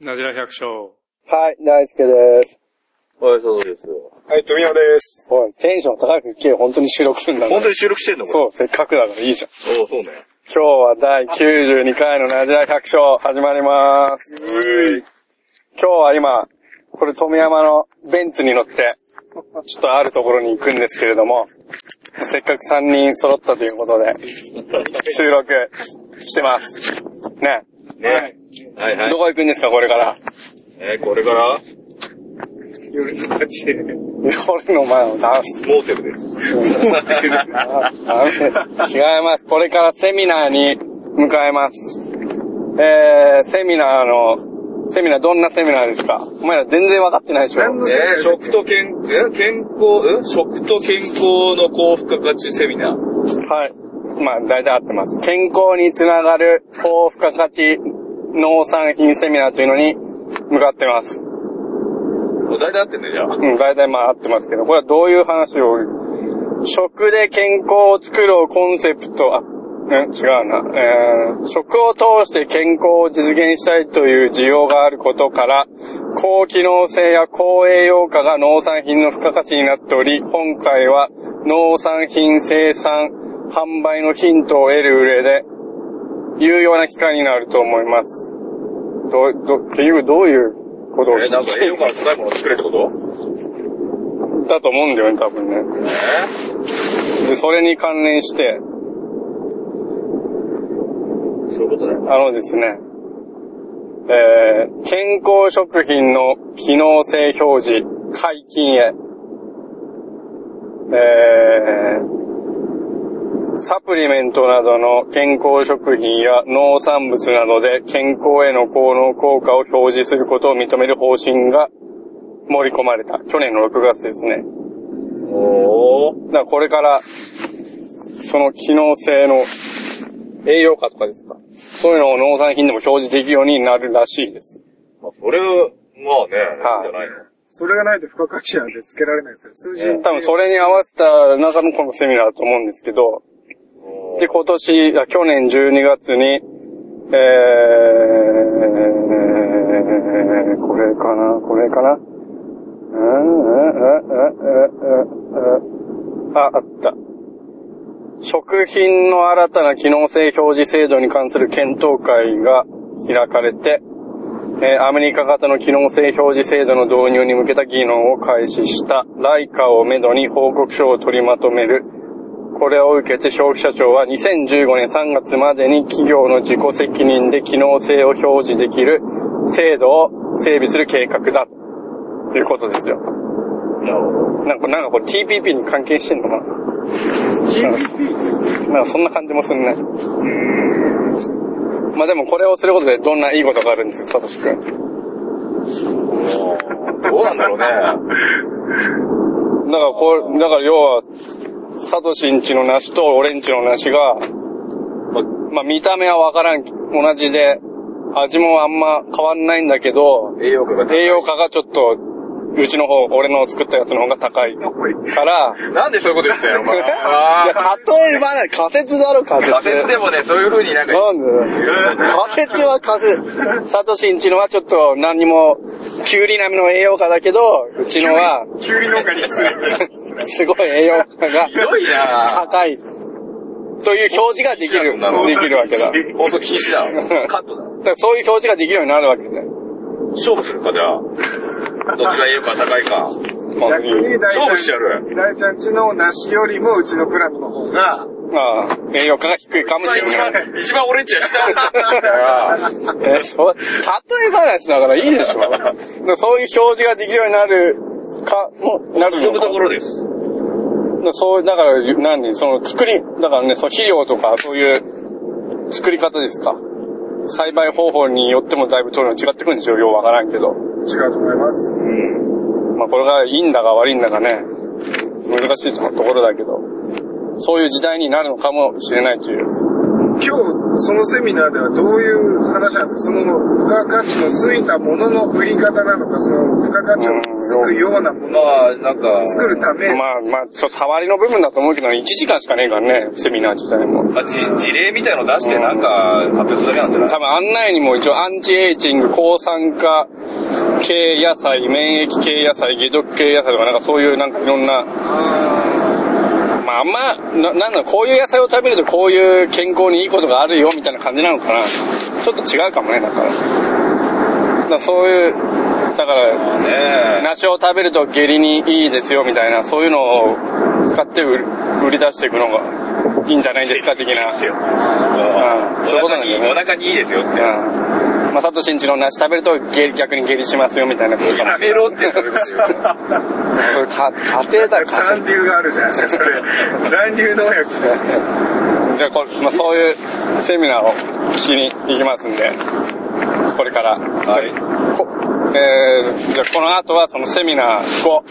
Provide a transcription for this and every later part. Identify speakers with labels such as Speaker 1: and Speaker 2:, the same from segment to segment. Speaker 1: なじら百姓。
Speaker 2: はい、大輔です。
Speaker 3: はい、そうですよ。
Speaker 4: はい、富山です。
Speaker 2: おい、テンション高く行けよ、本当に収録するんだね
Speaker 3: 本当に収録してんのこ
Speaker 2: そ
Speaker 3: れ。
Speaker 2: う、せっかくだからいいじゃん。
Speaker 3: そう。おそうね。
Speaker 2: 今日は第92回のナジラ百姓、始まります。
Speaker 3: うい。
Speaker 2: 今日は今、これ富山のベンツに乗って、ちょっとあるところに行くんですけれども、せっかく3人揃ったということで、収録してます。ね。
Speaker 3: ね。はいはい
Speaker 2: ど。こ行くんですか、これから。
Speaker 3: えー、これから、
Speaker 4: 夜の街へ。
Speaker 2: 俺の前をダンス。
Speaker 3: モーテルです。
Speaker 2: あ違います。これからセミナーに向かいます。えー、セミナーの、セミナーどんなセミナーですかお前ら全然分かってないでしょ。
Speaker 4: 何のセミナー
Speaker 3: えー、食と健、え健康、え食と健康の幸福価値セミナー。
Speaker 2: はい。まあ、大体合ってます。健康につながる高付加価値農産品セミナーというのに向かってます。
Speaker 3: お題で合ってんね、じゃあ。
Speaker 2: うん、大体まあ合ってますけど、これはどういう話を、食で健康を作ろうコンセプト、あ、うん、違うな、えー、食を通して健康を実現したいという需要があることから、高機能性や高栄養価が農産品の付加価値になっており、今回は農産品生産、販売のヒントを得る上で、有用な機会になると思います。どう、ど、結局どういうことを
Speaker 3: えー、なんか栄養価の高いものを作れってこと
Speaker 2: だと思うんだよね、多分ね。
Speaker 3: え
Speaker 2: で、それに関連して、
Speaker 3: ー、そういうことだよ。
Speaker 2: あのですね、えー、健康食品の機能性表示、解禁へ、えー、サプリメントなどの健康食品や農産物などで健康への効能効果を表示することを認める方針が盛り込まれた。去年の6月ですね。
Speaker 3: おー。
Speaker 2: だからこれから、その機能性の栄養価とかですかそういうのを農産品でも表示できるようになるらしいです。
Speaker 3: まあ、それを、まあね、
Speaker 2: はい
Speaker 3: じゃないの。
Speaker 4: それがないと付加価値なんてつけられないですよ。数字
Speaker 3: ええ
Speaker 2: 多分それに合わせた中のこのセミナーだと思うんですけ
Speaker 3: お
Speaker 2: ど、
Speaker 3: ー
Speaker 2: で、今年、あ去年12月に、えー、これかな、これかな。うん、うん、うん、うん、うん、うん。あ、あった。食品の新たな機能性表示制度に関する検討会が開かれて、えーアメリカ型の機能性表示制度の導入に向けた議論を開始した、ライカをめどに報告書を取りまとめる、これを受けて消費者庁は2015年3月までに企業の自己責任で機能性を表示できる制度を整備する計画だということですよ。
Speaker 3: なるほど。
Speaker 2: なんか、なんかこれ TPP に関係してんのかななんかそんな感じもするね。まあでもこれをすることでどんないいことがあるんですか、サトシ君。
Speaker 3: おーどうなんだ ろうね。
Speaker 2: だからこう、だから要は、サトシんちの梨と俺んちの梨が、
Speaker 3: まあ、
Speaker 2: まあ見た目はわからん、同じで、味もあんま変わんないんだけど、
Speaker 3: 栄養価が高い
Speaker 2: 栄養価がちょっと、うちの方、俺の作ったやつの方が高いから、
Speaker 3: なんでそういうこと言ったんや、お前。
Speaker 2: いや、例えばね、仮説だろ、仮説。
Speaker 3: 仮説でもね、そういう風になんか、
Speaker 2: なんで仮説は仮説。サトシんちのはちょっと何にも、キュウリ並みの栄養価だけど、うちのは、
Speaker 4: キュウリ農家に失礼。
Speaker 2: すごい栄養価が
Speaker 3: ひどいなぁ。
Speaker 2: 高い。という表示ができる、できるわけだ。だか
Speaker 3: ほんと禁止だ。カットだ。
Speaker 2: らそういう表示ができるようになるわけだよ。
Speaker 3: 勝負するか、じゃあ。どっちが栄養価高いか。
Speaker 2: まあ
Speaker 4: 逆に大
Speaker 3: 勝負して
Speaker 4: ち
Speaker 3: やる。
Speaker 4: ゃん、大ちゃんちの梨よりもうちのプラムの方が、
Speaker 2: まあ、栄養価が低いかもし
Speaker 3: 一
Speaker 2: れない。
Speaker 3: 番、一番俺んちは下だから。
Speaker 2: えそう、例え話だからいいでしょ。だからそういう表示ができるようになるか、も、なる
Speaker 3: 飛
Speaker 2: の
Speaker 3: ぶ
Speaker 2: か
Speaker 3: ところです。
Speaker 2: だそう、だから、何その作り、だからね、その肥料とか、そういう作り方ですか。栽培方法によってもだいぶ取るの違ってくるんですよ。ようわからんけど。
Speaker 4: 違うと思います。
Speaker 2: まあ、これがいいんだか悪いんだかね、難しいところだけど、そういう時代になるのかもしれないという。
Speaker 4: 今日、そのセミナーではどういう話なんですよ。その、付加価値のついたものの売り方なのか、その、付加価値をつくようなも
Speaker 1: ま
Speaker 4: のを
Speaker 1: あ、なんか、
Speaker 4: 作るため、
Speaker 2: まあまあ、ちょ、触りの部分だと思うけど、1時間しかねえからね、セミナー自体も。
Speaker 1: あじ事例みたいの出してなんか発表するだけなんじゃない
Speaker 2: 多分案内にも一応アンチエイジング、抗酸化系野菜、免疫系野菜、解毒系野菜とかなんかそういうなんかいろんな、まああんま、な、なんだろう、こういう野菜を食べるとこういう健康にいいことがあるよみたいな感じなのかな。ちょっと違うかもね、だから。だからそういう、だから、
Speaker 1: ね
Speaker 2: 梨を食べると下痢にいいですよみたいな、そういうのを使って売り売り出していくのがいいんじゃないですか、的な。
Speaker 1: え。ですよ。
Speaker 2: うんそういうこ
Speaker 1: お
Speaker 2: となんだ
Speaker 1: 腹に、
Speaker 2: よね
Speaker 1: お腹にいいですよって。
Speaker 2: うん。まさとしんちの梨食べると下逆に下痢しますよみたいなことかも
Speaker 1: や
Speaker 2: しれ
Speaker 1: め
Speaker 2: ない。
Speaker 1: ろって言うですよ。
Speaker 2: か家庭だよ、家
Speaker 4: 残留があるじゃないですか、それ。残留農薬で。
Speaker 2: 庭。じゃあこれ、まあ、そういうセミナーを聞きに行きますんで、これから。
Speaker 1: はい
Speaker 2: こえー、じゃあこの後はそのセミナーを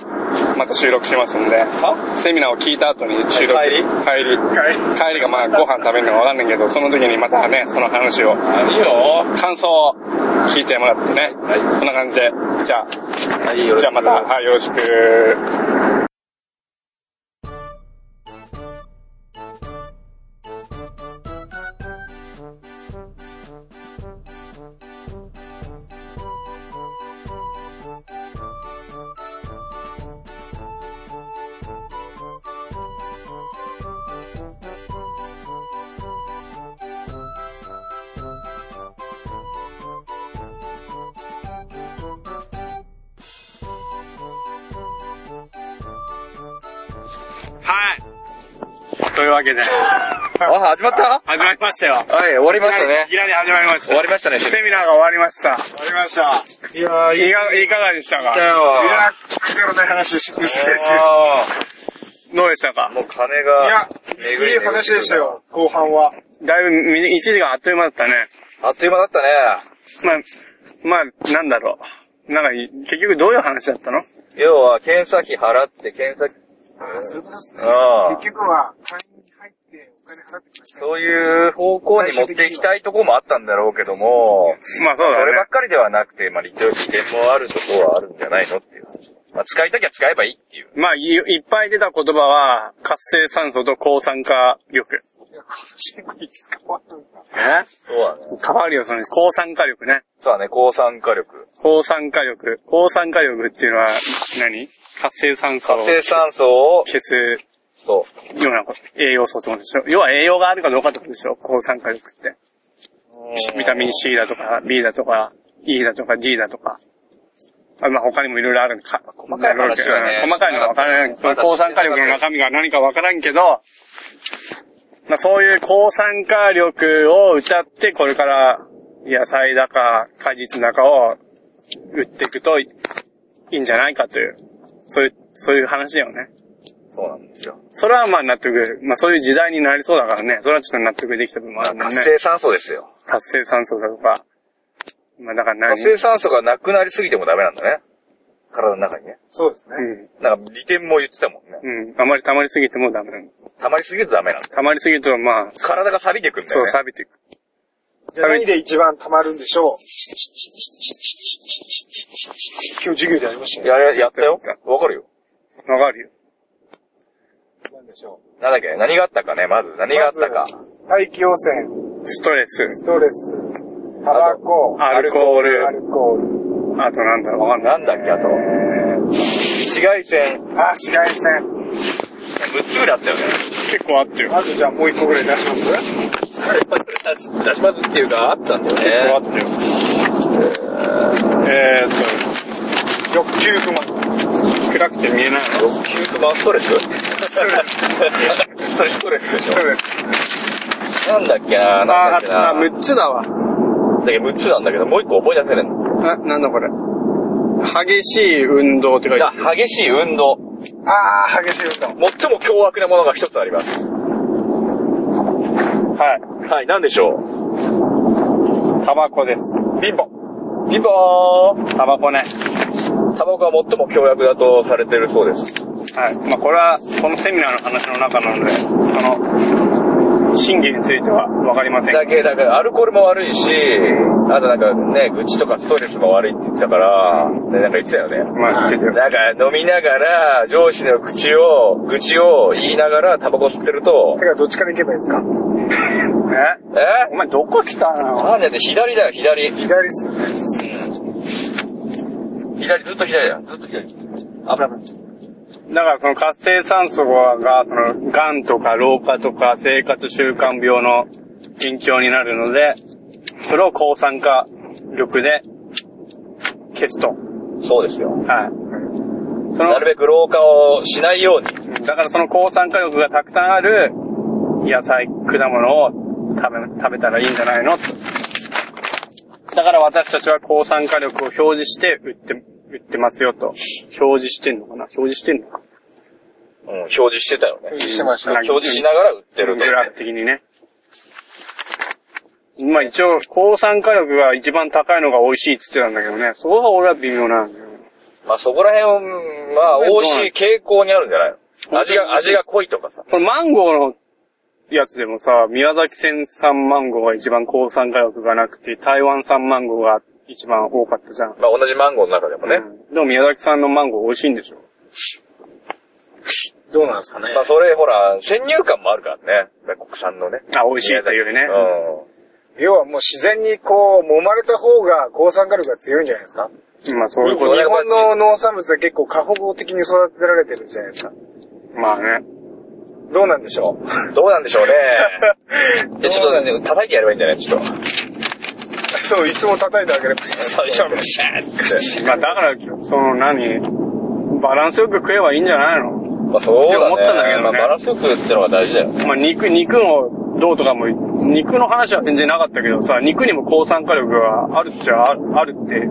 Speaker 2: また収録しますんで、
Speaker 1: は
Speaker 2: セミナーを聞いた後に収録。
Speaker 1: 帰り
Speaker 2: 帰り。
Speaker 4: はい。
Speaker 2: 帰りがまあご飯食べるのかわかんないけど、その時にまたね、その話を、
Speaker 1: 何よ
Speaker 2: 感想を聞いてもらってね。
Speaker 1: はい。
Speaker 2: こんな感じで、じゃあ、
Speaker 1: はい、よろし
Speaker 2: じゃあ
Speaker 1: く
Speaker 2: また、はい、よろしく。はい。というわけで、
Speaker 1: あ、始まったは
Speaker 2: 始まりましたよ。
Speaker 1: い、終わりましたね
Speaker 2: い。きなり始まりました。
Speaker 1: 終わりましたね
Speaker 2: セミナーが終わりました。終わりました。いやいかいかがでしたか
Speaker 4: いや、くだらない話し、嘘です。
Speaker 1: あ
Speaker 2: どうでしたか
Speaker 1: ーもう金
Speaker 4: い
Speaker 1: が
Speaker 4: や、
Speaker 1: 巡り巡
Speaker 4: いい
Speaker 1: って
Speaker 4: 話でしたよ、後半は。
Speaker 2: だいぶみ、1時間あっという間だったね。
Speaker 1: あっという間だったね。
Speaker 2: まあ、まあ、なんだろう。なんかい、結局どういう話だったの
Speaker 1: 要は、検査費払って、検査、
Speaker 4: あそういうことですね。
Speaker 1: うん
Speaker 4: 結局は、会員に入ってお金払ってきましたね。
Speaker 1: そういう方向に持っていきたいところもあったんだろうけども、
Speaker 2: まあそうだ
Speaker 1: そればっ
Speaker 2: ね。
Speaker 1: かりではなくて、まあ、利点もあるところはあるんじゃないのっていう話。まあ、使いたきゃ使えばいいっていう。
Speaker 2: まあい、いっぱい出た言葉は、活性酸素と抗酸化力。
Speaker 4: いや、このシンクに使わんといた。
Speaker 2: え
Speaker 1: そうだね。
Speaker 2: 変わるよ、その、抗酸化力ね。
Speaker 1: そうだね、抗酸化力。
Speaker 2: 抗酸化力。抗酸化力っていうのは何、活性酸素を
Speaker 1: 活性酸素を、
Speaker 2: 消すよ
Speaker 1: そう
Speaker 2: なこと栄養素ってことでしょ要は栄養があるかどうかってことでしょ抗酸化力って。
Speaker 1: う。
Speaker 2: ビタミン C だとか、B だとか、E だとか、D だとか。あまあ他にもいろいろあるんか。
Speaker 1: 細かい話はね
Speaker 2: うん細かいのはわからない。
Speaker 1: まだ知らなかった
Speaker 2: 抗酸化力の中身が何かわからんけど、まあそういう抗酸化力を歌って、これから野菜だか果実だかを売っていくといいんじゃないかという、そういう、そういう話だよね。
Speaker 1: そうなんですよ。
Speaker 2: それはまあ納得、まあそういう時代になりそうだからね、それはちょっと納得できた部分もあるもん
Speaker 1: 活
Speaker 2: ね。
Speaker 1: 性酸素ですよ。
Speaker 2: 活性酸素だとか、まあだから何
Speaker 1: 活性酸素がなくなりすぎてもダメなんだね。体の中にね。
Speaker 4: そうですね。
Speaker 2: うん。
Speaker 1: なんか、利点も言ってたもんね。
Speaker 2: うん。あまり溜まりすぎてもダメなの。
Speaker 1: 溜まりすぎるとダメなんだ。
Speaker 2: 溜まりすぎると、まあ、
Speaker 1: 体が錆びてくんだ
Speaker 2: そ
Speaker 1: よ
Speaker 2: う、
Speaker 1: ね。
Speaker 2: 錆びていく。
Speaker 4: じゃあ何で一番溜まるんでしょう今日授業でありましたよ。
Speaker 1: やれ、やったよ。わかるよ。
Speaker 2: わかるよ。
Speaker 4: 何でしょう
Speaker 1: なんだっけ、何があったかね、まず。何があったか。。
Speaker 4: まず大気汚染、
Speaker 2: ストレス、
Speaker 4: ストレス、タバコ、
Speaker 2: アルコー
Speaker 4: ア
Speaker 2: ル、
Speaker 4: ルコール。
Speaker 2: あとなんだろう、わかんない。
Speaker 1: なんだっけ、あと。紫外線。
Speaker 4: あ、紫外線。
Speaker 1: 6つぐらいあったよね。
Speaker 2: 結構あってる。
Speaker 4: まずじゃあもう一個ぐらい出します
Speaker 1: 出しまずっていうか、あったんだ
Speaker 2: 結構あ
Speaker 1: よ
Speaker 2: っ
Speaker 1: ね。
Speaker 2: てる。えー
Speaker 4: 欲求不満。
Speaker 2: っと、暗くて見えないの
Speaker 1: 欲求不満ストレスストレス。それストレスでし
Speaker 2: そうです。
Speaker 1: ょ。なんだっけな、なんだ
Speaker 2: あ
Speaker 1: っけ
Speaker 2: ー、
Speaker 1: な。
Speaker 2: あ、6つだわ。
Speaker 1: だけど6つなんだけど、もう1個覚え出せないん
Speaker 2: な、なんだこれ。激しい運動って書いてある。
Speaker 1: だ。激しい運動。
Speaker 4: あー、激しい運動。
Speaker 1: 最も凶悪なものが1つあります。
Speaker 2: はい。
Speaker 1: はい、なんでしょう。
Speaker 2: タバコです。
Speaker 4: 貧乏。
Speaker 1: ピンポーン。
Speaker 2: タバコね。
Speaker 1: タバコは最も凶悪だとされてるそうです。
Speaker 2: はい。まあこれは、このセミナーの話の中なので、その、真偽についてはわかりません。
Speaker 1: だけ、だから、アルコールも悪いし、あとなんかね、愚痴とかストレスも悪いって言ってたから、でなんか言ってたよね。
Speaker 2: まあ、ちょっと
Speaker 1: だから、飲みながら、上司の口を、愚痴を言いながら、タバコ吸ってると
Speaker 4: だ、からどっちから行けばいいですか
Speaker 2: えお
Speaker 1: え
Speaker 2: 前どこ来たの
Speaker 1: なんでって左だよ、左。
Speaker 4: 左っすよね。
Speaker 1: 左、ずっと左だよ。ずっと左。危ない危ない。
Speaker 2: だからその活性酸素が、その、癌とか老化とか生活習慣病の緊張になるので、それを抗酸化力で消すと。
Speaker 1: そうですよ。
Speaker 2: はい。その
Speaker 1: な、るべく老化をしないように。
Speaker 2: だからその抗酸化力がたくさんある野菜、果物を食べ、食べたらいいんじゃないのとだから私たちは抗酸化力を表示して売って、売ってますよと。表示してんのかな表示してんのか
Speaker 1: うん、表示してたよね。
Speaker 4: してました。
Speaker 1: 表示しながら売ってると
Speaker 2: グ。ラフ的にね。まあ一応、抗酸化力が一番高いのが美味しいって言ってたんだけどね。そこは俺は微妙なんだよね。
Speaker 1: まあそこら辺を、うんまあ、美味しい傾向にあるんじゃないの味が、味が濃いとかさ。
Speaker 2: このマンゴーのやつでもさ、宮崎県産マンゴーが一番抗酸化力がなくて、台湾産マンゴーが一番多かったじゃん。
Speaker 1: まあ同じマンゴーの中でもね。
Speaker 2: うんでも宮崎産のマンゴー美味しいんでしょ
Speaker 4: どうなんですかね
Speaker 1: まあそれ、ほら、先入観もあるからね。国産のね。
Speaker 2: あ、美味しいっていうよりね。
Speaker 1: う
Speaker 4: 要はもう自然にこう、揉まれた方が抗酸化力が強いんじゃないですか
Speaker 2: まあそういう
Speaker 4: 日
Speaker 2: ことね
Speaker 1: 俺が。
Speaker 4: 本の農産物は結構過保護的に育てられてるじゃないですか。
Speaker 2: まあね。
Speaker 4: どうなんでしょう
Speaker 1: ん。どうなんでしょうね。 で、ちょっとね、叩いてやればいいんじゃないちょっと。
Speaker 4: そう、いつも叩いてあげればいい。
Speaker 1: 最初はブシャーって。
Speaker 2: まあだから、その何、バランスよく食えばいいんじゃないの
Speaker 1: まあそう
Speaker 2: って
Speaker 1: だ
Speaker 2: 思
Speaker 1: ね。
Speaker 2: ったんだけどね
Speaker 1: まあバランスよくってのが大事だよ。
Speaker 2: まあ肉、肉のどうとかも、肉の話は全然なかったけどさ、肉にも抗酸化力があるっちゃああるって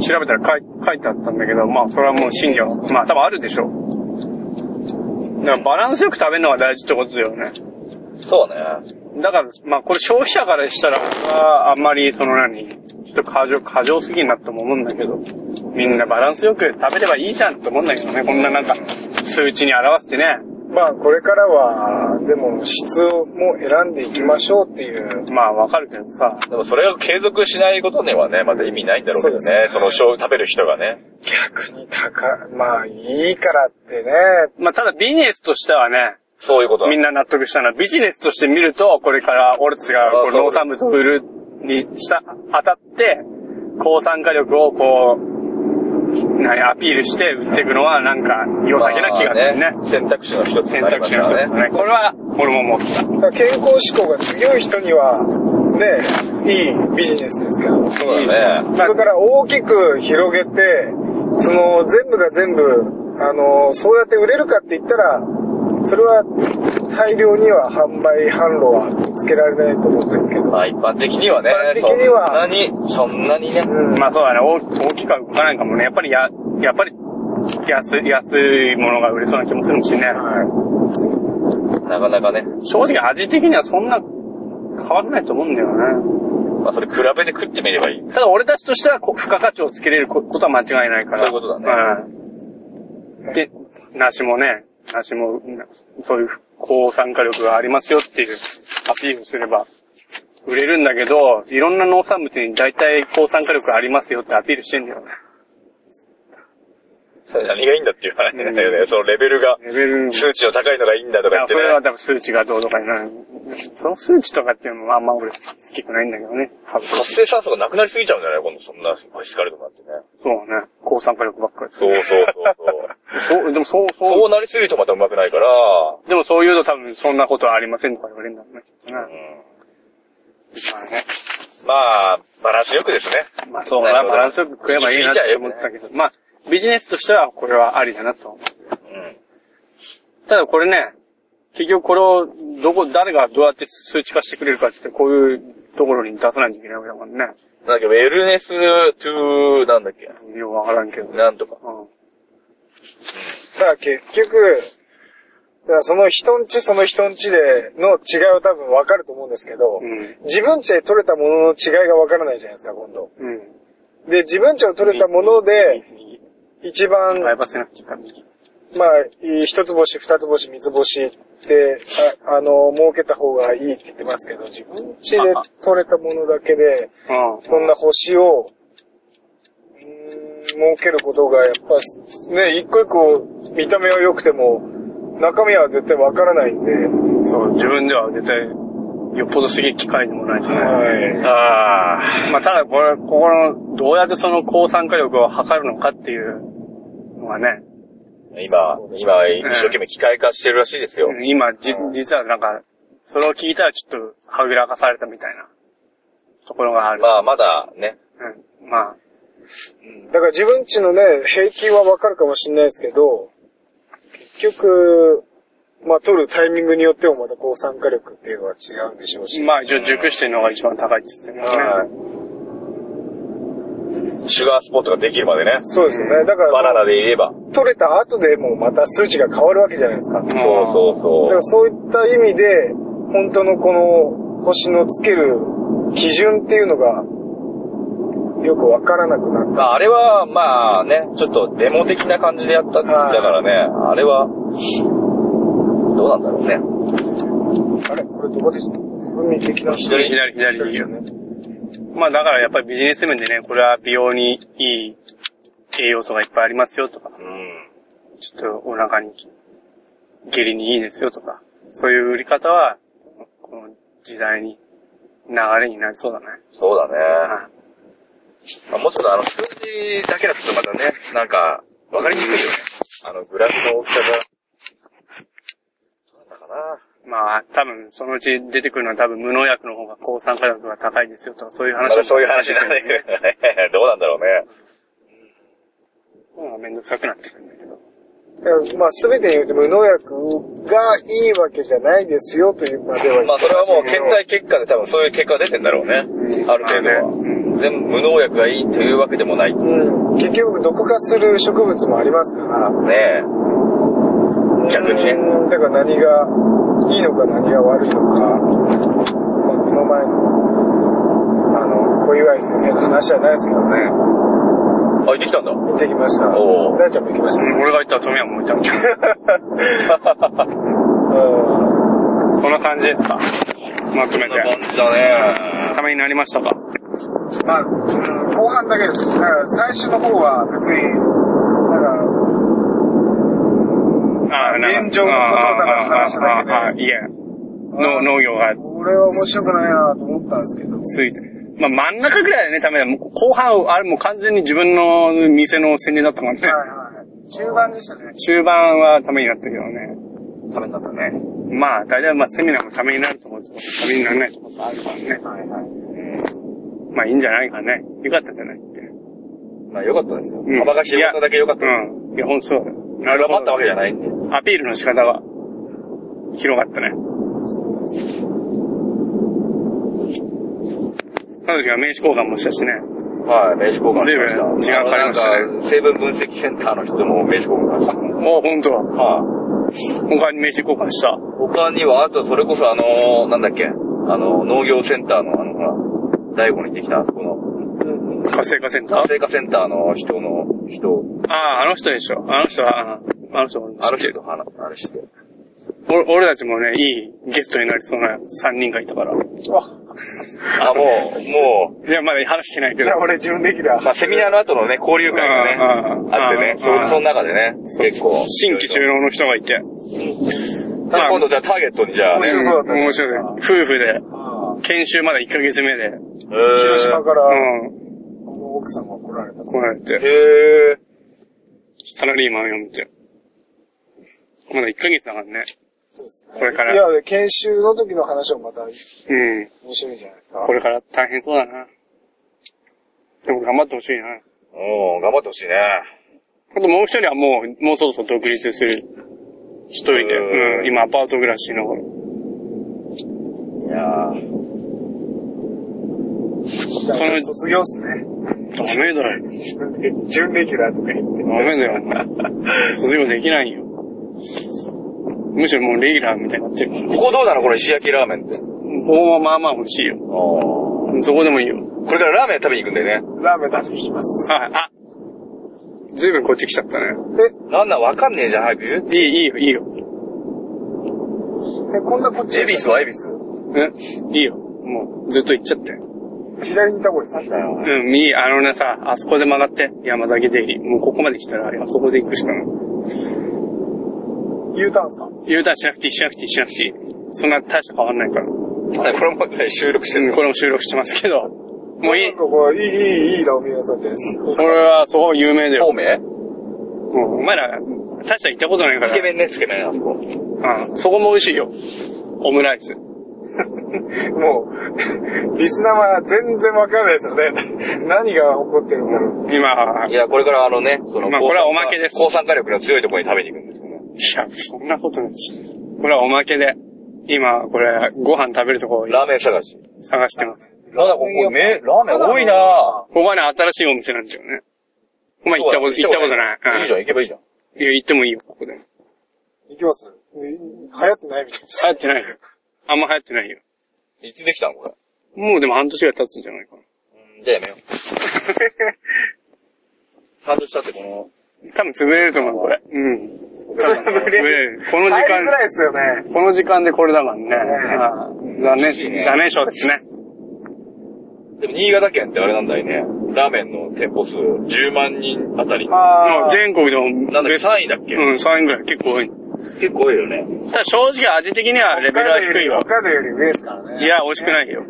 Speaker 2: 調べたら書い書いてあったんだけど、まあそれはもう真偽は、まあ多分あるでしょう。だからバランスよく食べるのが大事ってことだよね。
Speaker 1: そうね。
Speaker 2: だから、まあこれ消費者からしたら、ああんまりその何、ちょっと過剰、過剰すぎになったとも思うんだけど、みんなバランスよく食べればいいじゃんと思うんだけどね、こんななんか、数値に表してね。
Speaker 4: まあこれからは、でも質をもう選んでいきましょうっていう。
Speaker 2: まあわかるけどさ、
Speaker 1: でもそれを継続しないことにはね、また意味ないんだろうけどね。
Speaker 4: そ
Speaker 1: そう
Speaker 4: で
Speaker 1: の、しょう食べる人がね。
Speaker 4: 逆に高、まあいいからってね。
Speaker 2: まあただビジネスとしてはね、
Speaker 1: そういうことだ
Speaker 2: みんな納得したのは、ビジネスとして見ると、これから俺たちがこう
Speaker 1: あそう
Speaker 2: 農産物を売るにした、当たって、抗酸化力をこう、何、アピールして売っていくのはなんか良さげな気がするね。
Speaker 1: まあ選択肢の一つに
Speaker 2: 選
Speaker 1: なりま
Speaker 2: 択
Speaker 1: す
Speaker 2: 肢
Speaker 1: か
Speaker 2: の一つで
Speaker 1: ら
Speaker 2: す
Speaker 1: ね。
Speaker 2: ね。これは、俺も思った。
Speaker 4: だから健康志向が強い人には、ね、いいビジネスですけど。
Speaker 1: そうだね。
Speaker 4: それから大きく広げて、その全部が全部、あの、そうやって売れるかって言ったら、それは大量には販売販路は見つけられないと思うんですけど。
Speaker 1: まあ一般的にはね、
Speaker 4: 一般的には
Speaker 1: そんなに、そんなにね。
Speaker 4: うん
Speaker 2: まあそうだね、大大きくは動かないかもね。やっぱりや、やっぱり、安い、安いものが売れそうな気もするもしね。
Speaker 1: なかなかね。
Speaker 2: 正直味的にはそんな変わらないと思うんだよね。
Speaker 1: まあそれ比べて食ってみればいい。
Speaker 2: ただ俺たちとしてはこ付加価値をつけれるこことは間違いないから。
Speaker 1: そういうことだね
Speaker 2: うん。で、梨もね、梨も、なそういう抗酸化力がありますよっていうアピールすれば売れるんだけど、いろんな農産物に大体抗酸化力がありますよってアピールしてんだよね。
Speaker 1: 何がいいんだっていう話なんだよ
Speaker 2: う
Speaker 1: ね。そのレベルが、
Speaker 2: レベル
Speaker 1: 数値の高いのがいいんだと
Speaker 2: い
Speaker 1: か言
Speaker 2: や、
Speaker 1: って
Speaker 2: それ。は多分数
Speaker 1: ね
Speaker 2: 値がどうとかになる。その数値とかっていうのもあんま俺好きくないんだけどね。多分
Speaker 1: 活性酸素がなくなりすぎちゃうんじゃない今度そんな、星疲れとかってね。
Speaker 2: そうね。抗酸化力ばっかり。
Speaker 1: そうそうそうそう。
Speaker 2: そう、でもそう、
Speaker 1: そ
Speaker 2: そう
Speaker 1: なりすぎるとまた上手くないから、
Speaker 2: う、でもそう言うと多分そんなことはありませんとか言われるんだろうね。きっとね
Speaker 1: う
Speaker 2: まあね。
Speaker 1: ん、まあ、バランスよくですね。
Speaker 2: まあそう
Speaker 1: な
Speaker 2: だ
Speaker 1: る
Speaker 2: な、バラン
Speaker 1: ほど
Speaker 2: スよく食えばいいなって思ったけど。まあ、ビジネスとしてはこれはありだなと思う。
Speaker 1: う
Speaker 2: ただこれね、結局これをどこ、誰がどうやって数値化してくれるかって言ってこういうところに出さないといけないわけだもんね。
Speaker 1: ん。なんだっけ、ウェルネス2、なんだっけ、
Speaker 2: ようわからんけど。うん。
Speaker 1: なんとか。
Speaker 4: だから結局、だからその人んちその人んちでの違いは多分わかると思うんですけど、
Speaker 2: うん。
Speaker 4: 自分ちで取れたものの違いがわからないじゃないですか、今度。
Speaker 2: うん。
Speaker 4: で、自分ちで取れたもので、
Speaker 2: 右、
Speaker 4: 一番
Speaker 2: バイパスになっちゃった、右。
Speaker 4: まあ、一つ星、二つ星、三つ星、って、ああの、儲けた方がいいって言ってますけど、自分家で取れたものだけで、
Speaker 2: うん。
Speaker 4: そんな星を、うーん、儲けることが、やっぱ、ね、一個一個見た目は良くても、中身は絶対わからないんで、
Speaker 2: そう、自分では絶対、よっぽどすげえ機会でもないとね。
Speaker 4: はい。
Speaker 2: ああ。まあ、ただこれ、ここの、どうやってその抗酸化力を測るのかっていうのはね、
Speaker 1: 今、今、一生懸命機械化してるらしいですよ。
Speaker 2: 今、じ、実はなんか、それを聞いたらちょっと、はぐらかされたみたいな、ところがある。
Speaker 1: まあ、まだね、
Speaker 2: うん。まあ、
Speaker 4: だから自分家のね、平均はわかるかもしれないですけど、結局、まあ、取るタイミングによってもまたこう参加力っていうのは違うんでしょうし。
Speaker 2: まあ一応熟してるのが一番高いって言ってるもんね。
Speaker 1: シュガースポットができるまでね。
Speaker 4: そうですよね。だか
Speaker 1: バナ
Speaker 4: ら、
Speaker 1: ナで言えば。
Speaker 4: 取れた後でもまた数値が変わるわけじゃないですか。
Speaker 1: そうそう
Speaker 4: だか
Speaker 1: そう
Speaker 4: ら。そういった意味で、本当のこの星のつける基準っていうのが、よくわからなくなっ
Speaker 1: まあ、あれは、まあね、ちょっとデモ的な感じでやったって言ってたからね、あれは、どうなんだろうね。
Speaker 4: た。あれこれどこでしょ文明的な
Speaker 2: 左、左、左。まあだからやっぱりビジネス面でね、これは美容にいい栄養素がいっぱいありますよとか、
Speaker 1: うん。
Speaker 2: ちょっとお腹に、下痢にいいですよとか、そういう売り方は、この時代に、流れになりそうだね。
Speaker 1: そうだね。
Speaker 2: はい
Speaker 1: まあ、もうちょっとあの、数字だけだとまたね、なんか、わかりにくいよね。あの、グラフの大きさが。なんだか
Speaker 2: まあ多分そのうち出てくるのは多分無農薬の方が抗酸化力が高いですよとか、そういう
Speaker 1: な。
Speaker 2: 話
Speaker 1: まあそういう話なんだけどね。 どうなんだろうね。
Speaker 2: もうめんどくさくなってくるんだけど。
Speaker 4: まあ、すべて言うと無農薬がいいわけじゃないですよというまでは言って
Speaker 1: まあそれはもう
Speaker 4: ましたけど
Speaker 1: 検体結果で多分そういう結果が出てんだろうね。ある程度は。
Speaker 2: まあねうん
Speaker 1: 全部無農薬がいいというわけでもない。ね
Speaker 4: うん。結局、毒化する植物もありますから。
Speaker 1: え。逆にね
Speaker 4: うんだから何がいいのか何が悪いのか、まあこの前の、あの、小祝先生の話じゃないですけどね、
Speaker 1: あ、行ってきたんだ。
Speaker 4: 行ってきました。
Speaker 1: おー
Speaker 4: 大ちゃんも行きましたね。
Speaker 2: 俺が言ったら富山もいたんじゃん。
Speaker 4: うん
Speaker 2: そんな感じですかまとめて。
Speaker 1: じだ
Speaker 2: た。めになりましたか
Speaker 4: まあ、うん後半だけです。だから最初の方は別に、だ
Speaker 2: あ
Speaker 4: なんか現状のことだから話だけで
Speaker 2: あああいや、の農業が
Speaker 4: から、これは面白くないなと思ったんですけど、
Speaker 2: ついて。まあ真ん中ぐらいだね、ためだ。もう後半、あれもう完全に自分の店の宣伝だったからね。
Speaker 4: はいはい。中盤でしたね。
Speaker 2: 中盤はためになったけどね。
Speaker 1: ためになったね。
Speaker 2: まあ、大体まあセミナーもためになるところと、ためにならないところがあるからね。
Speaker 4: はいはい。
Speaker 2: まあいいんじゃないかね。よかったじゃないって。
Speaker 1: まあ良かったですよ
Speaker 2: うん。
Speaker 1: 幅が広がっただけ良かったです。
Speaker 2: うん。いや、ほんとそうだよ。
Speaker 1: なるったわけじゃないんで。
Speaker 2: アピールの仕方が広がったね。彼女が名刺交換もしたしね。
Speaker 1: はい、名刺交換しました
Speaker 2: 随分。時間かかりましたね
Speaker 1: あのなんか成分分析センターの人でも名刺交換しました。
Speaker 2: もう本当
Speaker 1: はい。
Speaker 2: 他に名刺交換した。
Speaker 1: 他には、あとそれこそあのー、なんだっけ、あの、農業センターのあの、ほら、大悟にできたあそこの、
Speaker 2: 活性化センター
Speaker 1: 活性化センターの人の、人、
Speaker 2: ああ、あの人でしょ。あの人は、あのあの人も
Speaker 1: あの人と話、あれして。
Speaker 2: 俺俺たちもね、いいゲストになりそうな3人がいたから。い
Speaker 1: あ、もう、も
Speaker 2: や、まだ話してないけ
Speaker 4: い
Speaker 2: ど
Speaker 4: や、。俺自分でき
Speaker 1: う、ま
Speaker 4: た。
Speaker 1: あセミナーの後のね、交流会がね、
Speaker 2: うんうん
Speaker 1: あってね、
Speaker 2: うん
Speaker 1: そその中でね、結構。
Speaker 2: 新規就農の人がいて。
Speaker 1: ただ今度じゃあターゲットにじゃあ
Speaker 4: 面
Speaker 1: ね、
Speaker 4: 白そうだったね
Speaker 2: 面白い。夫婦で、研修まだ1ヶ月目で、う
Speaker 4: 広島から、
Speaker 2: ん、
Speaker 4: この奥さんが怒られた。
Speaker 2: 来られて。
Speaker 1: へえ。
Speaker 2: サラリーマン読んで。まだ1ヶ月だからね。
Speaker 4: そうですね。
Speaker 2: これから
Speaker 4: いや、で研修の時の話をまた面
Speaker 2: うん。
Speaker 4: 白いんじゃないですか。
Speaker 2: これから大変そうだな。でも頑張ってほしいな。
Speaker 1: おー、頑張ってほしいね。
Speaker 2: あともう一人はもう、もうそろそろ独立する。一人で。
Speaker 1: うん
Speaker 2: うん。今アパート暮らしの頃。
Speaker 1: いやー
Speaker 4: じゃあ
Speaker 2: その
Speaker 4: 卒業っすね。
Speaker 2: ダメだよ。
Speaker 4: 自分で、準レギュラーとか言って
Speaker 2: ダ。メ だよ。卒業できないよ。むしろもうレギュラーみたいになってる。
Speaker 1: ここどうなのこの石焼きラーメンって。
Speaker 2: ここはまあまあ欲しいよ。
Speaker 1: こ
Speaker 2: そこでもいいよ。
Speaker 1: れからラーメン食べに行くんだよね。
Speaker 4: ラーメン出してきます。
Speaker 2: はい、あずいぶんこっち来ちゃったね。
Speaker 1: なんなんわかんねえじゃん、早く言う。
Speaker 2: いい、いいよ、いいよ。
Speaker 4: で、こんなこっち
Speaker 1: エビスはエビス
Speaker 2: うんいいよ。もう、ずっと行っちゃって。
Speaker 4: 左にいた方がいいですね。
Speaker 2: うん、右、あのねさ、あそこで曲がって、山崎出入り。もうここまで来たら、あそこで行くしかない。
Speaker 4: U ターンですか
Speaker 2: U ターンしなくていい、しなくていい、しなくていい。そんな大した変わんないから。
Speaker 1: はいこれも収録して
Speaker 2: うん、これも収録してますけど。もういい。
Speaker 4: ここ、いい、いい、いいラーメン屋さんです。
Speaker 2: これは、そこ有名だ
Speaker 1: る。方
Speaker 2: よ。
Speaker 1: 面
Speaker 2: うん、お前ら、大した行ったことないから。
Speaker 1: つけ麺ね、つけ麺、あそこ。
Speaker 2: うん、そこも美味しいよ。オムライス。
Speaker 4: もう、リスナーは全然わかんないですよね。何が起こってるんだろう。
Speaker 2: 今、い
Speaker 1: いや、これからあのね、その、
Speaker 2: まあこれはおまけです
Speaker 1: 抗酸化力の強いところに食べに行くんですよね。
Speaker 2: や、そんなことないし。これはおまけで、今、これ、ご飯食べるとこを
Speaker 1: ラーメン探し。
Speaker 2: 探してます。
Speaker 1: まだここ、め、ラーメン多いなぁ。
Speaker 2: ここはね、新しいお店なんだよね。お前行ったこと、行ったことない。うん
Speaker 1: いいじゃん、行けばいいじゃん。
Speaker 2: いや、行ってもいいよ、ここで。流
Speaker 4: 行きます。流行ってないみたいです。
Speaker 2: 行ってないよ。あんま流行ってないよ。
Speaker 1: いつできたのこれ。
Speaker 2: もうでも半年ぐらい経つんじゃないかな。
Speaker 1: うんじゃあやめよう。半年経ってこ
Speaker 2: 多分潰れると思う、これ。うん。
Speaker 4: 潰
Speaker 2: 潰
Speaker 4: れる。
Speaker 2: れる。この時
Speaker 4: 入りづらい
Speaker 2: 間、
Speaker 4: ですよね。
Speaker 2: この時間でこれだから
Speaker 4: ね
Speaker 2: ね。残
Speaker 1: 厳しい
Speaker 2: 念、
Speaker 1: ね
Speaker 2: 残念賞ですね。
Speaker 1: の、でも新潟県ってあれなんだよね。ラーメンの店舗数10万人あたり。な
Speaker 4: あ
Speaker 2: もう
Speaker 4: ー、
Speaker 2: 全国でも、
Speaker 1: んだっけ、3位だっけ
Speaker 2: うん、3位ぐらい結構多い。
Speaker 1: 結構多いよね。
Speaker 2: ただ正直味的にはレベルは低いわ。
Speaker 4: 北海道より上ですからね。
Speaker 2: いや、美味しくないよ。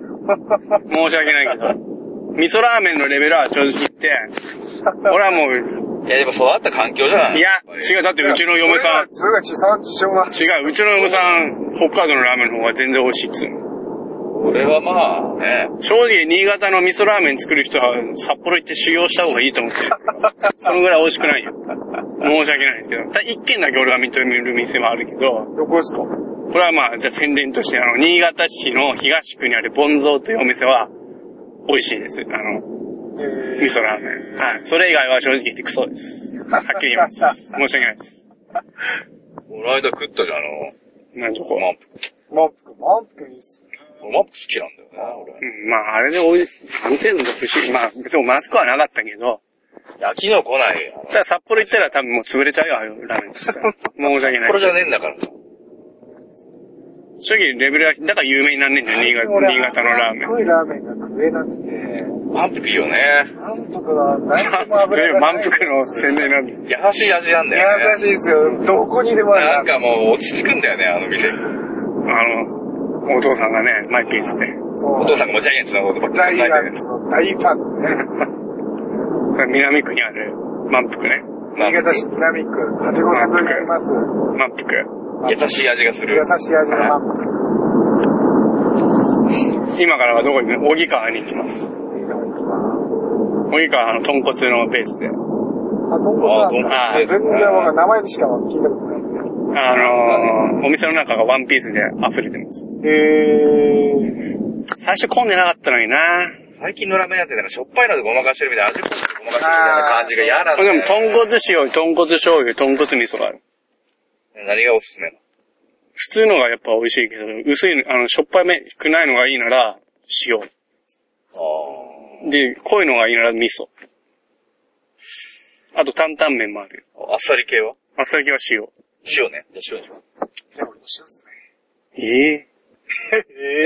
Speaker 2: 申し訳ないけど。味噌ラーメンのレベルは正直言 って、俺はもう、
Speaker 1: いや、でもそうあった環境じゃない
Speaker 2: いや、違う、だってうちの嫁さん、
Speaker 4: それが地産地消な
Speaker 2: 違う、うちの嫁さん、北海道のラーメンの方が全然美味しいっつうの
Speaker 1: 俺はまあ、ね。
Speaker 2: 正直、新潟の味噌ラーメン作る人は、札幌行って修行した方がいいと思 ってる。そのぐらい美味しくないよ。申し訳ないですけど。ただ一軒だけ俺が認める店もあるけど、
Speaker 4: どこですか
Speaker 2: これはまあ、じゃあ宣伝として、あの、新潟市の東区にあるボンゾーというお店は、美味しいです。あの、
Speaker 4: え
Speaker 2: 味噌ラーメン。はい。それ以外は正直言ってクソです。はっきり言います。申し訳ないです。
Speaker 1: この間食ったじゃん、あの、
Speaker 2: なんとこ
Speaker 1: ごまんぷく。
Speaker 4: ー、満腹。満腹いいっす。
Speaker 1: ごまんぷく好きなんだよね、俺。
Speaker 2: うん、まあ、あれでおい、ある程度だとし、まあ、別にマスクはなかったけど、
Speaker 1: 焼きの来ないよ。
Speaker 2: ただ札幌行ったら多分もう潰れちゃうよ、ああいうラーメンとしたら。申し訳ない
Speaker 1: これ。じゃねえんだからさ。
Speaker 2: 正直レベルは、だから有名になんねんじゃん、新潟新潟のラー メン。
Speaker 4: 濃いラーメンが食えなくて、
Speaker 1: 満腹いいよね。
Speaker 4: 満腹は何でも
Speaker 2: 満
Speaker 4: 油が
Speaker 2: 腹、
Speaker 4: ない
Speaker 2: 満。腹の宣伝なんで。
Speaker 1: 優しい味なんだよね。
Speaker 4: 優しいですよ。どこにでもある
Speaker 1: なんかもう落ち着くんだよね、あの店。
Speaker 2: あの、お父さんがね、マイペースで。
Speaker 4: そう
Speaker 1: お父さんがもうジャイアンツのことばっ
Speaker 4: ジャ
Speaker 1: かり考
Speaker 4: イア
Speaker 1: え
Speaker 4: ン
Speaker 1: て
Speaker 4: ツ
Speaker 1: る。
Speaker 4: の大ファンね。
Speaker 2: それ南区にある、満腹ね。
Speaker 1: なん
Speaker 4: 新潟市南区、八号線沿いにあります。
Speaker 2: 満腹。
Speaker 1: 優しい味がす
Speaker 4: 優
Speaker 1: る。
Speaker 4: しい味の満腹。
Speaker 2: 今からはどこに行くの小木川に行きます。小木川はあの、豚骨のベースで。
Speaker 4: あ、豚骨なんですか
Speaker 2: あ
Speaker 4: 全然わかんない。名前しか聞いたことないんで。
Speaker 2: あのー、お店の中がワンピースで溢れてます。
Speaker 4: え
Speaker 2: 最初混んでなかったのにな
Speaker 1: 最近のラーメン屋ってなんかしょっぱいのでごまかしてるみたいな、味っぽくごまかしてるみたいな感じが嫌なんだ
Speaker 2: で
Speaker 1: よ、
Speaker 2: も、
Speaker 1: ね。
Speaker 2: 豚骨塩、豚骨醤油、豚骨味噌がある。
Speaker 1: 何がおすすめなの
Speaker 2: 普通のがやっぱ美味しいけど、薄いの、あの、しょっぱいめくないのがいいなら、塩。で、濃いのがいいなら味噌。あと、担々麺もあるよ。
Speaker 1: ああっさり系は
Speaker 2: あっさり系は塩。
Speaker 1: 塩ね。じゃあ塩にしよ
Speaker 4: ー。でも、面白いですね。
Speaker 2: ええ
Speaker 1: う。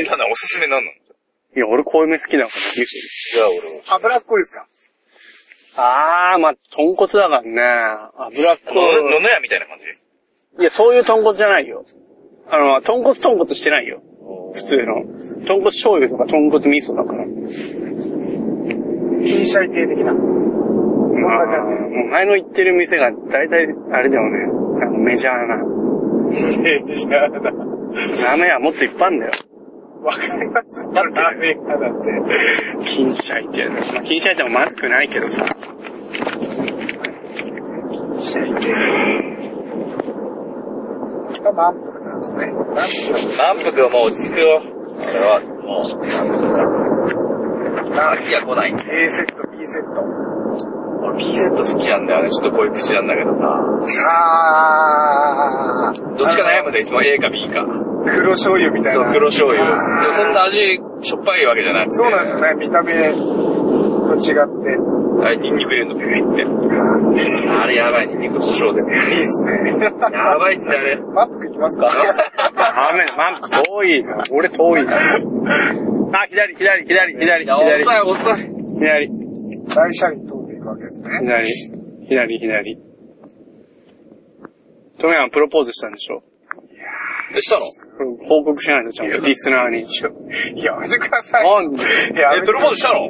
Speaker 1: え、ただおすすめなんなの
Speaker 2: いや、俺濃いめ好きだから、味噌。
Speaker 1: じゃあ俺は。
Speaker 4: 脂っこいですか
Speaker 2: あー、まあ、豚骨だからね。脂っこ
Speaker 1: の、の
Speaker 2: い。
Speaker 1: のやみたいな感じ
Speaker 2: いや、そういう豚骨じゃないよ。あの、豚骨豚骨してないよ。普通の。豚骨醤油とか豚骨味噌だから。
Speaker 4: 金シャリ系的な。
Speaker 2: まあ、もう前の行ってる店が大体、あれだよね。なんかメジャーな。
Speaker 4: メジャーだ。
Speaker 2: ラーメン屋もっといっぱいあんだよ。
Speaker 4: わかりますよ。ラーメン屋だって。
Speaker 2: 金シャイってやつ。まあ、金シャイってもまずくないけどさ。
Speaker 4: が満腹なんですね。満
Speaker 1: 満腹はもう落ち着くよ。俺は、もう。あ、次は来ないんで。
Speaker 4: 腹。A セット、B セッ
Speaker 1: 俺 B セット好きなんだよね。ちょっと濃い口なんだけどさ。
Speaker 4: ト。あー。
Speaker 1: どっちか悩むんだよ、いつも A か B か。
Speaker 4: 黒醤油みたい
Speaker 1: そう、
Speaker 4: な。
Speaker 1: 黒醤油。
Speaker 4: あー
Speaker 1: でもそんな味、しょっぱいわけじゃなくて。
Speaker 4: そうなんですよね。見た目と違って。
Speaker 1: あれ、ニンニク入れるのピュリって。あれやばいね、肉胡椒 で。
Speaker 4: いいですね。
Speaker 1: やばいってあれ。
Speaker 4: マックいき ますか
Speaker 2: ダメだ、マンク遠いな。俺遠 いな。あ、左、左、左、左、左、左、
Speaker 1: い、遅い。
Speaker 2: 左、
Speaker 4: 大車輪通っていくわけですね。
Speaker 2: 左、左、左。トメはプロポーズしたんでしょ
Speaker 1: え、したの
Speaker 2: 報告しないと、ちゃんとリスナーに。
Speaker 4: やめてください。
Speaker 2: なんで
Speaker 4: やめ
Speaker 1: え、
Speaker 4: て
Speaker 1: プロポーズしたの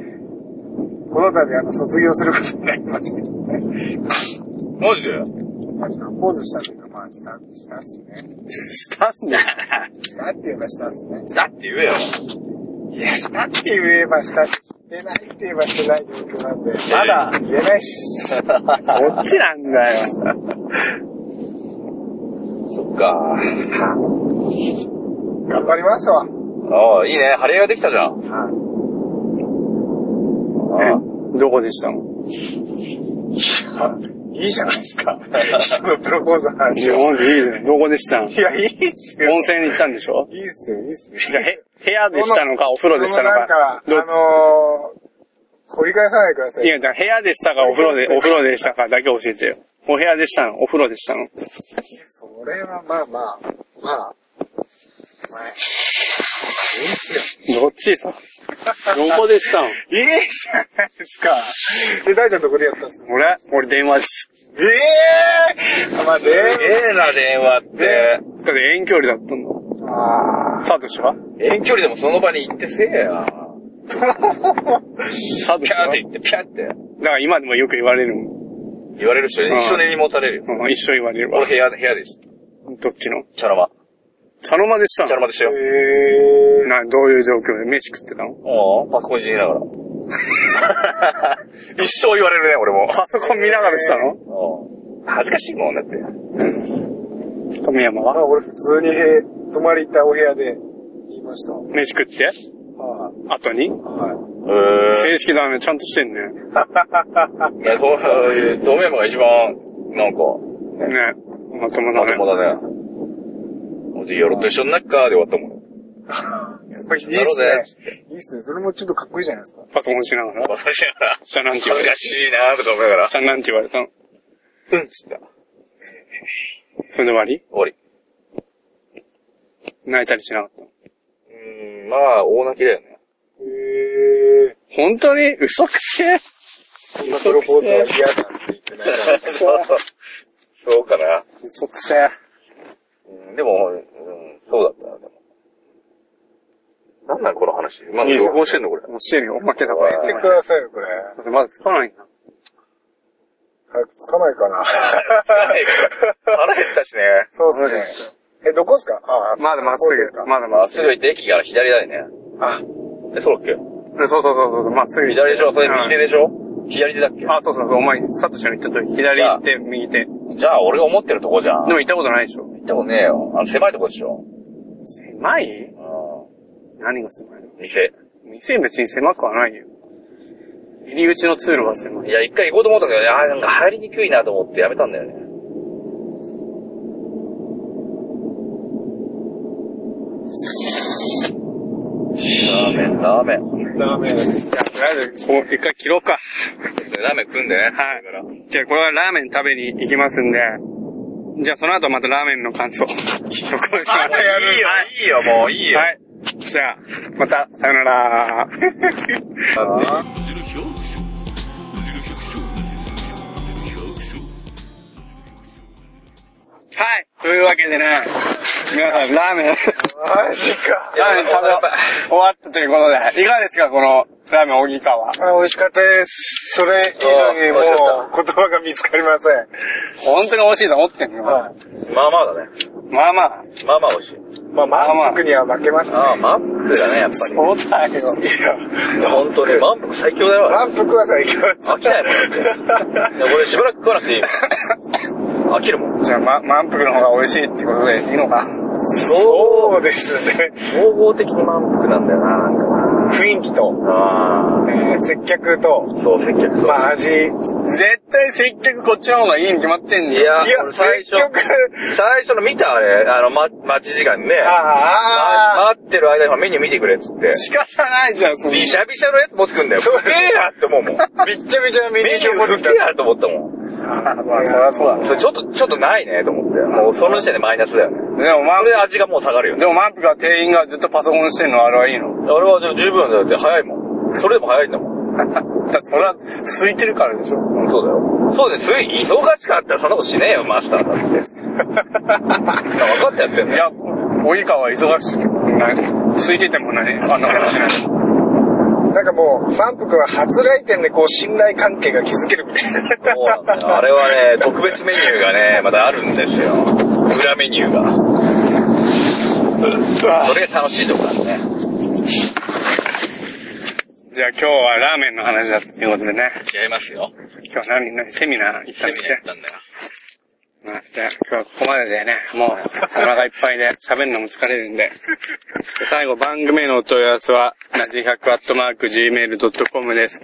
Speaker 4: この度、あの、卒業することになりまして。
Speaker 1: マジで
Speaker 4: まあプロポーズしたというか、まあ、した、したっすね。
Speaker 2: したんだ。
Speaker 4: したって言えばしたっすね。
Speaker 1: だって言えよ。
Speaker 4: いや、したって言えばしたし、してないって言えばしてない状況なんで、まだ言えないっす。
Speaker 2: こっちなんだよ。
Speaker 1: そっか。
Speaker 4: 頑張りますわ。
Speaker 1: ああ、いいね。張り合いができたじゃん。あ
Speaker 2: えどこでしたの
Speaker 4: いいじゃないですか。人のプロポーズの話
Speaker 2: 日
Speaker 4: を。
Speaker 2: 本でいいね。どこでしたの温
Speaker 4: いや、いいっすよ。
Speaker 2: 泉に行ったんでしょ
Speaker 4: いいっすよ、いいっすよ。
Speaker 2: じゃあ、へ、部屋でしたのか、お風呂でしたの
Speaker 4: そのなん
Speaker 2: か
Speaker 4: か、。あ
Speaker 2: ど
Speaker 4: の
Speaker 2: っち
Speaker 4: ー、掘り返さないでくださ
Speaker 2: い
Speaker 4: い。
Speaker 2: や、だから部屋でしたか、お風呂で、お風呂でしたかだけ教えてよ。お部屋でしたのお風呂でしたの
Speaker 4: それはまあまあ、まあ、まあ、いいっすよ。
Speaker 2: どっちさ。どこでしたの
Speaker 4: いいじゃないですか。で、大ちゃんどこでやったんですか
Speaker 2: 俺俺電話です。
Speaker 4: ええー、まあ、
Speaker 1: すげえな、電話って。
Speaker 2: だって遠距離だったんだ。
Speaker 4: あ
Speaker 2: サトシは
Speaker 1: 遠距離でもその場に行ってすげえな。
Speaker 2: サト
Speaker 1: ピ
Speaker 2: シ
Speaker 1: ャー
Speaker 2: は
Speaker 1: っ
Speaker 2: だ
Speaker 1: て言って、ピャーって
Speaker 2: から今でもよく言われるもん。
Speaker 1: 言われる人、
Speaker 2: うん
Speaker 1: 一緒に持たれるよ。
Speaker 2: うん一緒言われるわ
Speaker 1: 俺。部屋、部屋でした。
Speaker 2: どっちの
Speaker 1: 茶の間。
Speaker 2: 茶の間でした
Speaker 1: 茶の
Speaker 2: の
Speaker 1: 間でした
Speaker 4: ー。
Speaker 1: よ。
Speaker 4: え
Speaker 2: な、どういう状況で飯食ってたの
Speaker 1: うん、パソコンいじりながら。 一生言われるね、俺も。
Speaker 2: パソコン見ながらしたの
Speaker 1: うん恥ずかしいもんだって。
Speaker 2: 富山
Speaker 4: ー、ま
Speaker 2: は
Speaker 4: あ、俺普通にへ、泊まり行ったお部屋で言いました。はい、
Speaker 2: 飯食って後に
Speaker 4: はい。
Speaker 1: へ
Speaker 2: 正式だね、ちゃんとしてんね。
Speaker 1: ぇいや、そう、ドメムが一番、なんか、
Speaker 2: ね。まとも
Speaker 1: ま
Speaker 2: だ
Speaker 1: と
Speaker 2: ね。
Speaker 1: もだね。ほんと、夜と一緒になっか、で終わったもん。
Speaker 4: いいっすね
Speaker 1: なるほどね。
Speaker 4: いいっすね。それもちょっとかっこいいじゃないですか。
Speaker 2: パソコンしながら。
Speaker 1: 私ながら、
Speaker 2: じゃあなんて言
Speaker 1: 恥
Speaker 2: わ
Speaker 1: ず
Speaker 2: れ
Speaker 1: か
Speaker 2: た
Speaker 1: しいなとか思いながら、
Speaker 2: じゃあなんて言われたの
Speaker 1: うんっつった。終
Speaker 2: それで終わり
Speaker 1: わり。
Speaker 2: 泣いたりしなかったの
Speaker 1: うーん、まあ、大泣きだよね。
Speaker 4: え
Speaker 2: 本当に嘘くせ
Speaker 4: ー、今プロポーズは嫌だって言ってないから。
Speaker 1: そう そうかな。
Speaker 2: 嘘くせ
Speaker 1: うんでも、うん、そうだったな、でも。なんなんこの話。まだ
Speaker 2: いいぞ
Speaker 1: 録音してんのこれ。
Speaker 2: 教えるよ、負けたから。
Speaker 4: やめてくださいよ、これ。
Speaker 2: だってまだつかないんだ。
Speaker 4: 早くつかない かな。
Speaker 1: 腹減ったしね。
Speaker 4: そうですね。え、どこっすかあー
Speaker 2: まだまっすぐ。まだま
Speaker 1: ま
Speaker 2: っ
Speaker 1: っ
Speaker 2: す
Speaker 1: すぐ行って駅から左だよね。
Speaker 4: あ、
Speaker 1: え、そうだっけ
Speaker 2: ぐ。そうそうそうそう、まっすぐ。
Speaker 1: 左でしょそれ右手
Speaker 2: で。
Speaker 1: でしょ左手だっけ
Speaker 2: あ、そうそうそう、お前、サトシの言った通り、左行って、右手。でも
Speaker 1: じゃあ、俺が思ってるとこじゃん。
Speaker 2: 行ったことないでしょ
Speaker 1: 行ったことねえよ。あの、狭いとこでしょ。
Speaker 2: 狭い
Speaker 1: うん。
Speaker 2: 何が狭いの
Speaker 1: 店。
Speaker 2: 店別に狭くはないよ。入り口の通路は狭い。
Speaker 1: いや、一回行こうと思ったけどね、あーなんか入りにくいなと思ってやめたんだよね。ラーメン、ラーメン。
Speaker 4: ダメ。
Speaker 2: じゃあ、とりあえず、こう、一回切ろうか。
Speaker 1: ラーメン食うんでね。
Speaker 2: はい。じゃあ、これはラーメン食べに行きますんで、じゃあ、その後またラーメンの感 想を録音します。
Speaker 1: いいよ、いいよ、もういいよ。
Speaker 2: はい。じゃあ、また、さよなら。はい。というわけでね、皆さん、ラーメン、
Speaker 4: マジか。
Speaker 2: ラーメン食べ終わったということで、いかがですか、この、ラーメン大木川。
Speaker 4: あ、美味しかったです。それ以上にもう言葉が見つかりません。
Speaker 2: 本当に美味しいと思ってんの、
Speaker 4: はい。
Speaker 1: まあまあだね。
Speaker 2: まあまあ、
Speaker 1: まあまあ美味しい。
Speaker 4: まあ、
Speaker 2: まあまあ
Speaker 4: 満腹には負けますね。
Speaker 1: ああ、満腹だね、やっぱり。
Speaker 2: そうだよ。
Speaker 4: いや、
Speaker 1: 本当に、満腹最強だよ。
Speaker 4: 満腹は最強です。
Speaker 1: 飽きないもんだ って。いや、これしばらく食わなくていいよ。飽きるもん。
Speaker 2: じゃあ、ま、満腹の方が美味しいってことでいいのか。
Speaker 1: そう
Speaker 4: そうですね。
Speaker 1: 総合的に満腹なんだよな、なんかな。
Speaker 4: 雰囲気と、
Speaker 1: あ
Speaker 4: えー接客と、
Speaker 1: あ、そう、接客と。
Speaker 4: まあ味、
Speaker 2: 絶対接客こっちの方がいいに決まってん
Speaker 1: い
Speaker 2: だよ。
Speaker 1: や、
Speaker 4: いや
Speaker 1: 俺最初
Speaker 4: 接、客
Speaker 1: 最初の見たあれ、あの、ま、待ち時間にね。
Speaker 4: ああ、
Speaker 1: ま待ってる間にほらメニュー見てくれっつって。
Speaker 2: 仕方ないじゃん、そんな
Speaker 1: びしゃびしゃのやつ持ってくんだよ。
Speaker 4: そう
Speaker 1: すげえやって思うもん。
Speaker 4: びっちゃびちゃメニ
Speaker 1: メ
Speaker 4: ュ
Speaker 1: ニュ
Speaker 4: ー
Speaker 1: ー
Speaker 4: 表
Speaker 1: す
Speaker 4: み
Speaker 1: げ
Speaker 4: た
Speaker 1: え
Speaker 4: いな。
Speaker 1: やと思ったもん。
Speaker 2: あまあ、そりゃそうだ。
Speaker 1: それちょっと、ちょっとないね、と思って。もうその時点でマイナスだよね。
Speaker 2: でも、マ
Speaker 1: あ
Speaker 2: ンプ
Speaker 1: れ、味がもう下がるよね。
Speaker 2: でも、マンプが店員がずっとパソコンしてんのはあれはいいの
Speaker 1: あれはじゃあ十分だよだって早いもん。それでも早いんだもん。
Speaker 2: だってそれは、空いてるからでしょ。
Speaker 1: うんそうだよ。そうです。忙しかったらそんなことしねえよ、マスターだって。分かってやってん
Speaker 2: い
Speaker 1: だよ。
Speaker 2: や、及川は忙しくない。空いててもね、あんなことしない。
Speaker 4: なんかもう、満腹は初来店でこう信頼関係が築けるみたいな。
Speaker 1: そうなんだよ。あれ はね、特別メニューがね、まだあるんですよ。裏メニューが。それが楽しいところだね。
Speaker 2: じゃあ今日はラーメンの話だということでね。
Speaker 1: 違いますよ。
Speaker 2: 今日は何、何、セミナー行ったんで
Speaker 1: セミ
Speaker 2: す
Speaker 1: ナーや
Speaker 2: ね
Speaker 1: っ。たんだよ。
Speaker 2: まあ、じゃあ今日はここまででね、もうお腹いっぱいで喋るのも疲れるんで。で最後番組へのお問い合わせは、なじ100アットマーク gmail.com です。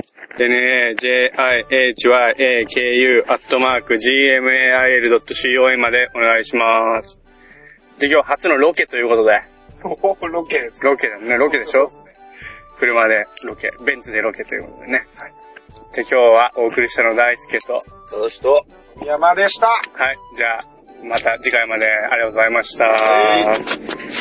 Speaker 2: najihyaku アットマーク gmail.com までお願いします。で、今日初のロケということで。
Speaker 4: おーロケですね。
Speaker 2: ロケだもんね、ロケでしょ
Speaker 4: そうすね
Speaker 2: 車でロケ、ベンツでロケということでね。はい。じゃあ今日はお送りしたの大輔と、は
Speaker 1: その人、
Speaker 4: 山でした。
Speaker 2: い。じゃあ、また次回までありがとうございました。